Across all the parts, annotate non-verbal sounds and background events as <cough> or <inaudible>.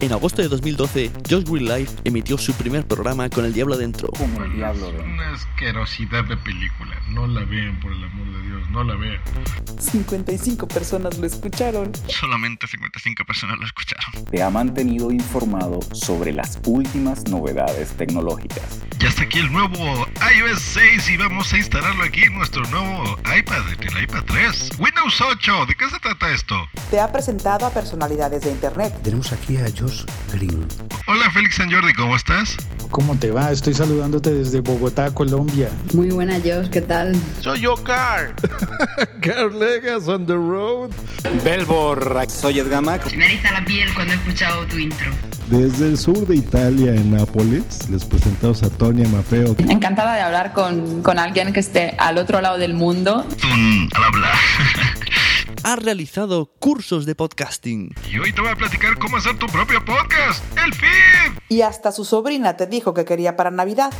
En agosto de 2012, Josh Green Life emitió su primer programa con El Diablo Adentro. Como el diablo. Es ¿no? una asquerosidad de película. No la vean, por el amor de Dios, no la vean. 55 personas lo escucharon. Solamente 55 personas lo escucharon. Te ha mantenido informado sobre las últimas novedades tecnológicas. Ya está aquí el nuevo iOS 6 y vamos a instalarlo aquí en nuestro nuevo iPad, en el iPad 3. Windows 8, ¿de qué se trata esto? Te ha presentado a personalidades de Internet. Tenemos aquí a Josh Green. Hola Félix San Jordi, ¿cómo estás? ¿Cómo te va? Estoy saludándote desde Bogotá, Colombia. Muy buena, Josh, ¿qué tal? Soy yo, <laughs> Carl. Carl Legas on the road. Belbor, soy Edgamac. Me eriza la piel cuando he escuchado tu intro. Desde el sur de Italia, en Nápoles, les presentamos a Tonia Mafeo. Encantada de hablar con, con alguien que esté al otro lado del mundo. Mm, al hablar. ha realizado cursos de podcasting. Y hoy te voy a platicar cómo hacer tu propio podcast, el feed. Y hasta su sobrina te dijo que quería para Navidad.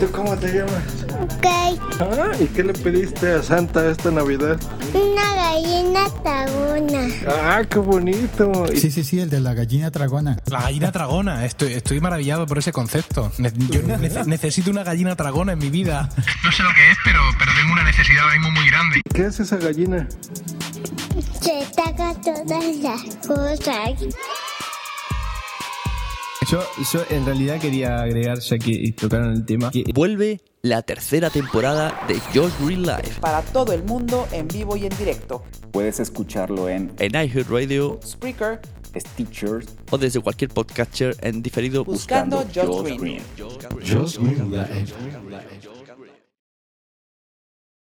¿Tú cómo te llamas? Gay. Ah, ¿y qué le pediste a Santa esta Navidad? Una gallina tragona. Ah, qué bonito. Sí, sí, sí, el de la gallina tragona. La gallina tragona, estoy, estoy maravillado por ese concepto. Ne- yo ne- necesito una gallina tragona en mi vida. No sé lo que es, pero, pero tengo una necesidad ahora mismo muy grande. ¿Qué es esa gallina? Se traga todas las cosas. Yo, yo en realidad quería agregar, ya que tocaron el tema, que Vuelve la tercera temporada de Josh Green Life Para todo el mundo, en vivo y en directo. Puedes escucharlo en en iHeartRadio Spreaker, Stitcher. o desde cualquier podcatcher en diferido. buscando, Buscando Josh Josh Green. Green. Josh Green Life.